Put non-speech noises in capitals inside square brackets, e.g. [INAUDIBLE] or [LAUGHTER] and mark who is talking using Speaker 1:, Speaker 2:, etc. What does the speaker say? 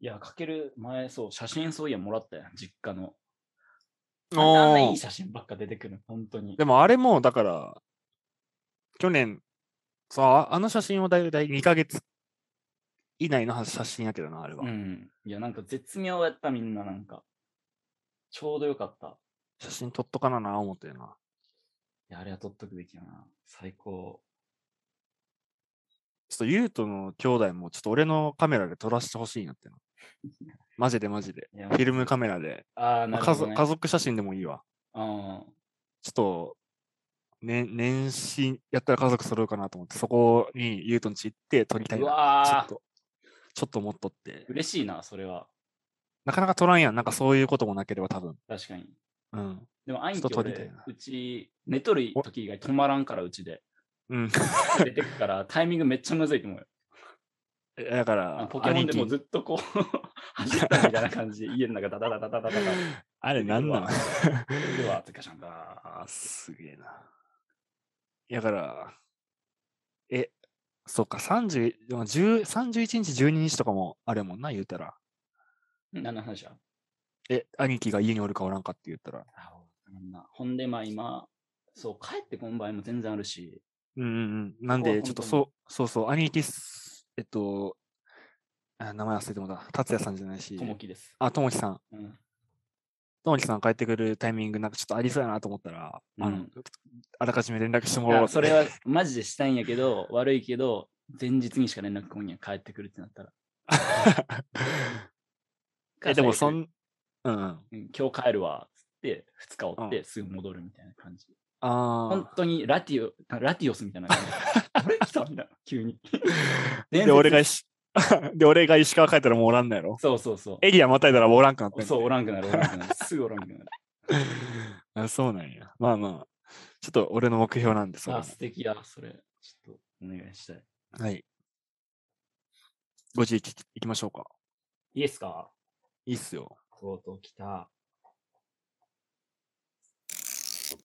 Speaker 1: いや、かける前、そう、写真そういやもらったやん、実家の。ああんな
Speaker 2: お
Speaker 1: いい
Speaker 2: ー
Speaker 1: 写真ばっか出てくる、本当に。
Speaker 2: でもあれも、だから、去年、そう、ああの写真をだいたい2ヶ月以内の写真やけどな、あれは。
Speaker 1: うん。いや、なんか絶妙やった、みんな、なんか。ちょうどよかった。
Speaker 2: 写真撮っとかなな、思ってな。
Speaker 1: いや、あれは撮っとくべきやな。最高。
Speaker 2: ちょっと、ゆうとの兄弟も、ちょっと俺のカメラで撮らせてほしいなってな。マジでマジで。
Speaker 1: いや
Speaker 2: フィルムカメラで。
Speaker 1: ああ、な
Speaker 2: ま
Speaker 1: るほ
Speaker 2: あ家
Speaker 1: ど、
Speaker 2: 族
Speaker 1: ね。
Speaker 2: 家族写真でもいいわ。
Speaker 1: うん。
Speaker 2: ちょっと、ね、年始やったら家族揃うかなと思って、そこにゆうとんち行って撮りたいうな。
Speaker 1: わ
Speaker 2: ちょ
Speaker 1: ー
Speaker 2: っと、ちょっと持っとって。
Speaker 1: 嬉しいな、それは。
Speaker 2: なかなか撮らんやん。なんかそういうこともなければ多分。
Speaker 1: 確かに。
Speaker 2: うん。
Speaker 1: でも、兄
Speaker 2: ちょっ
Speaker 1: 貴
Speaker 2: と撮りたい
Speaker 1: 俺
Speaker 2: な、
Speaker 1: うち、寝とる時以外止まらんから、うちで。
Speaker 2: うん。
Speaker 1: 出てくから、タイミングめっちゃむずいと思うよ。
Speaker 2: えだか
Speaker 1: あ
Speaker 2: ら、
Speaker 1: ポケモンでも
Speaker 2: 兄
Speaker 1: う
Speaker 2: 貴
Speaker 1: ずっとこう、走ったみたいな感じで、家の中ダダダダダダダダ。
Speaker 2: あれなんなの
Speaker 1: それでは、つかしゃんだ。
Speaker 2: [LAUGHS] あーすげえな。だから、え、そっか、30でも10 31日、12日とかもあれやもんな、言うたら。
Speaker 1: 何の話だ
Speaker 2: え、兄貴が家におるかおらんかって言ったら。
Speaker 1: あわかんなほんで、まあ今、そう、帰ってこん場合も全然あるし、
Speaker 2: うんうんうん。なん
Speaker 1: ここは
Speaker 2: で、ちょっと
Speaker 1: 本当に
Speaker 2: そう、そうそう、兄貴っす、えっと、あ名前忘れてもだ、達也さんじゃないし
Speaker 1: と、もきです。
Speaker 2: あ、ともきさん。
Speaker 1: うん。
Speaker 2: ともきさん帰ってくるタイミング、なんかちょっとありそうやなと思ったら、あ
Speaker 1: う
Speaker 2: の
Speaker 1: ん、
Speaker 2: あらかじめ連絡しても
Speaker 1: い
Speaker 2: ら
Speaker 1: や
Speaker 2: おうって
Speaker 1: それ
Speaker 2: [LAUGHS]
Speaker 1: はマジでしたいんやけど、 [LAUGHS] 悪いけど、前日にしか連絡来んやん、帰ってくるってなったら。
Speaker 2: え、でもそ、
Speaker 1: なん
Speaker 2: うんうん。
Speaker 1: 今日帰るわ、つって、2日おって、すぐ戻るみたいな感じ。本
Speaker 2: [LAUGHS] あ
Speaker 1: 当にラティオ、ラティオスみたいな感じ。 [LAUGHS] あれ来たみたいな、急に。
Speaker 2: あ。で、俺が
Speaker 1: 伝説
Speaker 2: 石、 [LAUGHS] で、俺が石川帰ったらもうおらんのやろ。
Speaker 1: [LAUGHS] そうそうそ
Speaker 2: エリアまたいだらもうおらんくなって
Speaker 1: う。
Speaker 2: ん
Speaker 1: そう、お
Speaker 2: で
Speaker 1: らんくなる、おらんくな [LAUGHS] る。すぐおらんくなる。
Speaker 2: [LAUGHS] あそうなんや。まあまあ、ちょっと俺の目標なんで、それ
Speaker 1: あ、
Speaker 2: も
Speaker 1: 素敵や、それ。ちょっと、お願いしたい。
Speaker 2: はい。ご自力行きましょうか。
Speaker 1: いいですか
Speaker 2: いいっすよ。
Speaker 1: とうとう来た。